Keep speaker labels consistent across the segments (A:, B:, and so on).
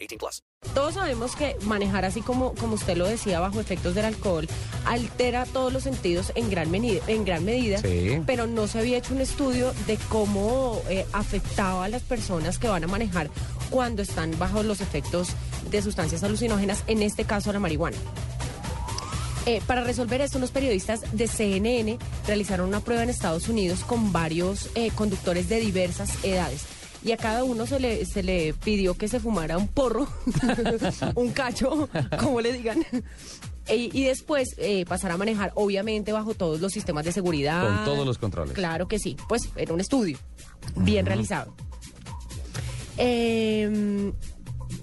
A: 18 plus.
B: Todos sabemos que manejar así como, como usted lo decía, bajo efectos del alcohol, altera todos los sentidos en gran, meni- en gran medida,
C: Sí.
B: pero no se había hecho un estudio de cómo eh, afectaba a las personas que van a manejar cuando están bajo los efectos de sustancias alucinógenas, en este caso la marihuana. Eh, para resolver esto, unos periodistas de CNN realizaron una prueba en Estados Unidos con varios eh, conductores de diversas edades. Y a cada uno se le, se le pidió que se fumara un porro, un cacho, como le digan. E- y después eh, pasar a manejar, obviamente, bajo todos los sistemas de seguridad.
C: Con todos los controles.
B: Claro que sí. Pues era un estudio bien realizado. Eh,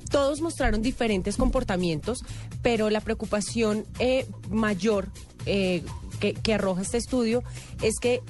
B: todos mostraron diferentes comportamientos, pero la preocupación eh, mayor eh, que, que arroja este estudio es que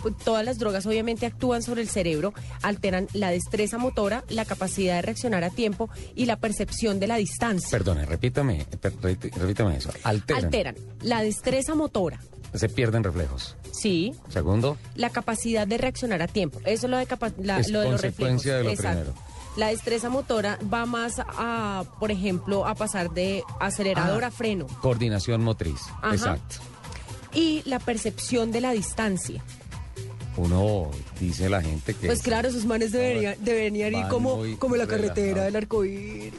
B: pues, todas las drogas obviamente actúan sobre el cerebro, alteran la destreza motora, la capacidad de reaccionar a tiempo y la percepción de la distancia.
C: Perdone, repítame, per- repí- repítame eso. Alteran.
B: Alteran la destreza motora,
C: Se pierden reflejos.
B: sí,
C: Segundo,
B: la capacidad de reaccionar a tiempo. Eso es lo de, capa- la-
C: Es
B: lo de los reflejos.
C: consecuencia de lo
B: Exacto.
C: primero.
B: La destreza motora va más a, por ejemplo, a pasar de acelerador
C: Ah.
B: a freno.
C: coordinación motriz.
B: Ajá.
C: Exacto.
B: Y la percepción de la distancia.
C: Uno dice la gente que.
B: Pues
C: es-
B: claro, sus manes deberían, deberían ir
C: Van
B: como,
C: muy
B: como la carretera
C: relajados.
B: del arcoíris.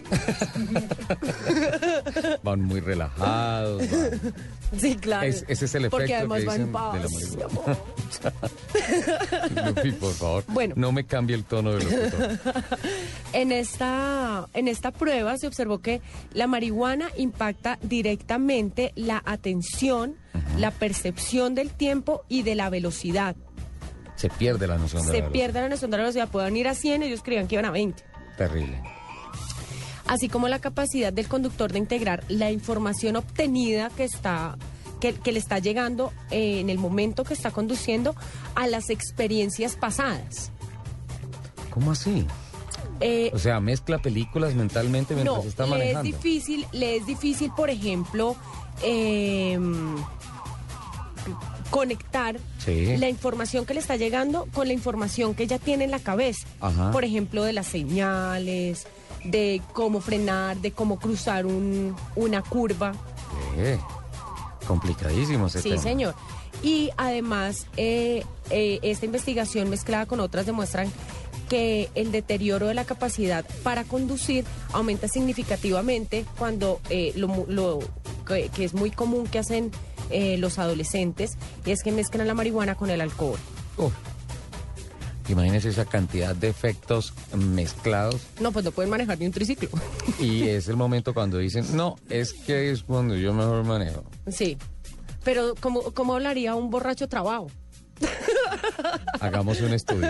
C: Van muy relajados. van-
B: Sí, claro.
C: Es- ese es el
B: Porque
C: efecto
B: además
C: que
B: va en
C: dicen
B: paz.
C: de la
B: mi
C: marihuana.
B: amor.
C: Lupi, por favor.
B: Bueno.
C: No me cambie el tono de locutor.
B: En esta, en esta prueba se observó que la marihuana impacta directamente la atención, la percepción del tiempo y de la velocidad.
C: Se pierde la noción de
B: Se
C: la
B: pierden la noción de la velocidad, puedan ir a 100, ellos creían que iban a 20.
C: velocidad. Terrible.
B: Así como la capacidad del conductor de integrar la información obtenida que está que, que le está llegando eh, en el momento que está conduciendo a las experiencias pasadas.
C: ¿Cómo así?
B: Eh,
C: O sea, mezcla películas mentalmente Pues, mientras
B: no,
C: está
B: le es
C: manejando.
B: difícil, le es difícil, por ejemplo, em, conectar
C: Sí.
B: la información que le está llegando con la información que ya tiene en la cabeza.
C: Ajá.
B: Por ejemplo, de las señales, de cómo frenar, de cómo cruzar un- una curva.
C: Eh, complicadísimo ese
B: Sí,
C: este tema.
B: señor. Y además, eh, eh, esta investigación mezclada con otras demuestran que el deterioro de la capacidad para conducir aumenta significativamente cuando eh, lo, mu- lo que, que es muy común que hacen eh, los adolescentes y es que mezclan la marihuana con el alcohol.
C: Uf. Imagínense esa cantidad de efectos mezclados
B: No, pues no pueden manejar ni un triciclo.
C: y es el momento cuando dicen, no, es que es cuando yo mejor manejo.
B: Sí. Pero ¿cómo, cómo hablaría un borracho trabajo?
C: Hagamos un estudio.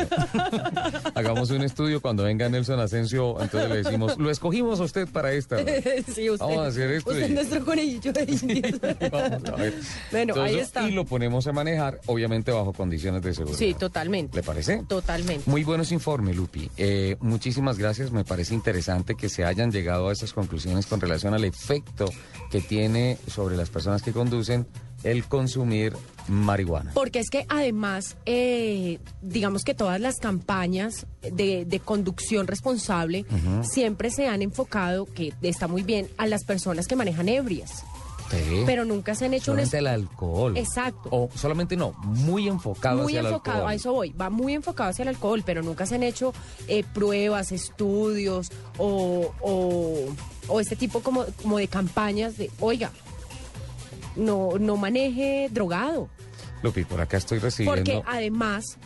C: Hagamos un estudio cuando venga Nelson Asensio, entonces le decimos, lo escogimos a usted para esta.
B: sí, usted.
C: Vamos a hacer esto
B: Usted
C: y-
B: es nuestro conejillo de indias.
C: Pues Vamos a ver.
B: Bueno, ahí está.
C: Y lo ponemos a manejar, obviamente bajo condiciones de seguridad.
B: Sí, totalmente.
C: ¿Le parece?
B: Totalmente.
C: Muy buenos informes, Lupi. Eh, muchísimas gracias. Me parece interesante que se hayan llegado a esas conclusiones con relación al efecto que tiene sobre las personas que conducen el consumir marihuana.
B: Porque es que además, eh, digamos que todas las campañas de, de conducción responsable siempre se han enfocado, que está muy bien, a las personas que manejan ebrias.
C: Sí.
B: Pero nunca se han hecho un
C: solamente
B: estudio
C: el alcohol.
B: Exacto.
C: O solamente no, muy enfocado
B: muy
C: hacia el
B: enfocado,
C: alcohol.
B: a eso voy, va muy enfocado hacia el alcohol, pero nunca se han hecho eh, pruebas, estudios o, o, o este tipo como, como de campañas de, oiga, no, no maneje drogado.
C: Lupi, por acá estoy recibiendo.
B: Porque ah, además,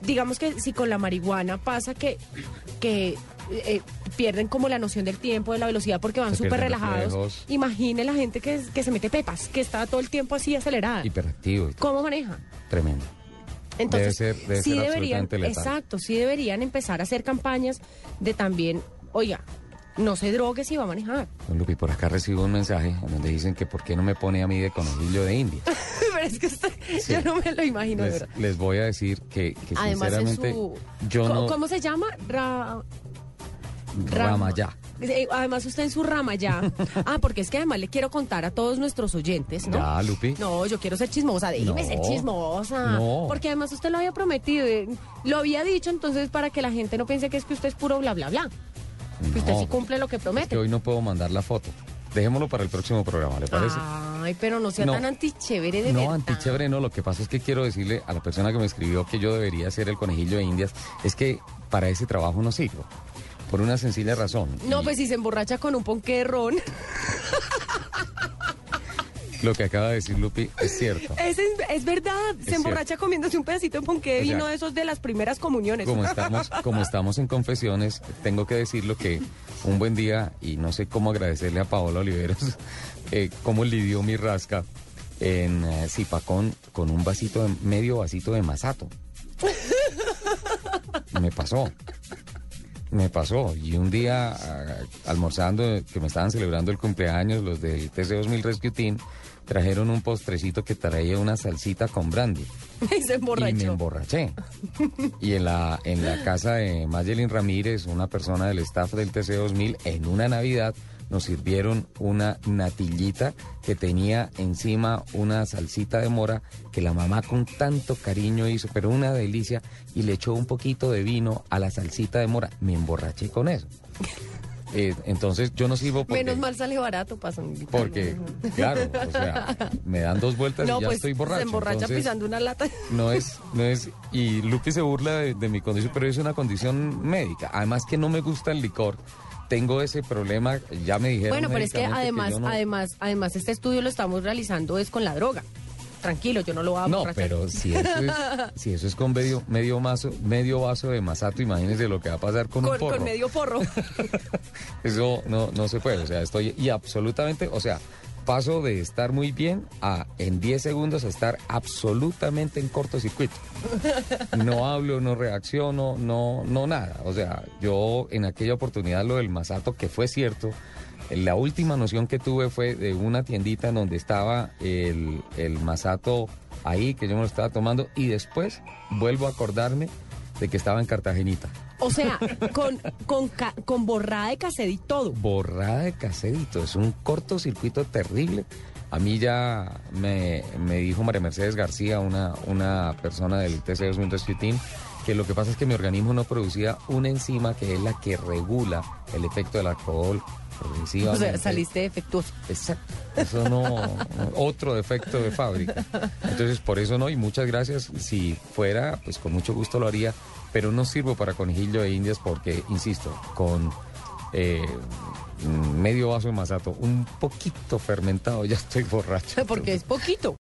B: digamos que si con la marihuana pasa que, que eh, pierden como la noción del tiempo, de la velocidad, porque van
C: Se
B: súper
C: pierden
B: relajados.
C: reflejos.
B: Imagine la gente que, que se mete pepas, que está todo el tiempo así acelerada.
C: Hiperactivo y todo.
B: ¿Cómo maneja?
C: Tremendo.
B: Entonces,
C: Debe ser- debe
B: sí
C: ser
B: deberían,
C: absolutamente letal.
B: exacto, sí deberían empezar a hacer campañas de también, oiga, No se drogue si va a manejar.
C: Don Lupi, por acá recibo un mensaje en donde dicen que por qué no me pone a mí de conejillo de India.
B: Pero es que usted, yo no me lo imagino, de
C: Les,
B: verdad.
C: les voy a decir que, Pues, que
B: Además, en
C: sinceramente
B: su.
C: yo
B: ¿Cómo,
C: no...
B: cómo se llama? Ra- Rama.
C: Ramayá.
B: Eh, Además, usted en su rama ya. Ah, porque es que además le quiero contar a todos nuestros oyentes, ¿no?
C: Ya, Lupi.
B: No, yo quiero ser chismosa. Déjeme
C: No.
B: ser chismosa.
C: No.
B: Porque además usted lo había prometido. eh, Lo había dicho, entonces, para que la gente no piense que es que usted es puro bla, bla, bla. Que usted
C: No.
B: sí cumple lo que
C: Es que
B: promete.
C: hoy no puedo mandar la foto. Dejémoslo para el próximo programa,
B: Ah,
C: ¿le parece?
B: Ay, pero no sea
C: No.
B: tan antichévere de
C: No,
B: verdad.
C: antichévere no, lo que pasa es que quiero decirle a la persona que me escribió que yo debería ser el conejillo de indias, es que para ese trabajo no sirvo, por una sencilla razón.
B: No,
C: Y
B: pues si se emborracha con un ponqué de ron.
C: Lo que acaba de decir Lupi es cierto.
B: Es, es, es verdad, se
C: cierto.
B: emborracha comiéndose un pedacito de ponqué de
C: O sea,
B: vino de esos de las primeras comuniones.
C: Como estamos, como estamos en confesiones, tengo que decirlo que un buen día, y no sé cómo agradecerle a Paola Oliveros, eh, cómo lidió mi rasca en eh, Zipacón con un vasito, de, medio vasito de masato. Me pasó. Me pasó. Y un día, ah, almorzando, eh, que me estaban celebrando el cumpleaños, los del TC2000 Rescue Team, trajeron un postrecito que traía una salsita con brandy.
B: Y se
C: Y me
B: emborrachó.
C: emborraché. y en la, en la casa de Mayelin Ramírez, una persona del staff del TC2000, en una Navidad nos sirvieron una natillita que tenía encima una salsita de mora que la mamá con tanto cariño hizo, pero una delicia, y le echó un poquito de vino a la salsita de mora. Me emborraché con eso. Eh, entonces yo no sirvo porque...
B: Menos mal sale barato, pasan.
C: Porque, claro, o sea, me dan dos vueltas
B: No,
C: y ya
B: pues
C: estoy borracho.
B: se emborracha
C: entonces-
B: pisando una lata.
C: no es, no es, y Lupi se burla de, de mi condición, pero es una condición médica. Además que no me gusta el licor, tengo ese problema, ya me dijeron.
B: Bueno, pero es que
C: médicamente
B: además,
C: yo no-
B: además, además, este estudio lo estamos realizando es con la droga. Tranquilo, yo no lo voy a
C: No,
B: emborrachar.
C: pero si eso es, si eso es con medio, medio, mazo- medio vaso de masato, imagínense lo que va a pasar con, un
B: Con,
C: porro.
B: con medio porro.
C: Eso no, no se puede, o sea, estoy, y absolutamente, o sea, paso de estar muy bien a en 10 segundos a estar absolutamente en cortocircuito. No hablo, no reacciono, no, no nada. O sea, yo en aquella oportunidad lo del masato, que fue cierto, la última noción que tuve fue de una tiendita en donde estaba el, el masato ahí, que yo me lo estaba tomando, y después vuelvo a acordarme de que estaba en Cartagenita.
B: O sea, con, con, ca- con borrada de cassette y todo.
C: borrada de caserito. Es un cortocircuito terrible. A mí ya me, me dijo María Mercedes García, una, una persona del TC 2000 Rescue Team, que lo que pasa es que mi organismo no producía una enzima que es la que regula el efecto del alcohol
B: O
C: progresivamente.
B: sea, saliste defectuoso.
C: Exacto. Eso no. otro defecto de fábrica. Entonces, por eso no, y muchas gracias. Si fuera, pues con mucho gusto lo haría, pero no sirvo para conejillo de indias porque, insisto, con eh, medio vaso de masato, un poquito fermentado, ya estoy borracho.
B: Porque es poquito.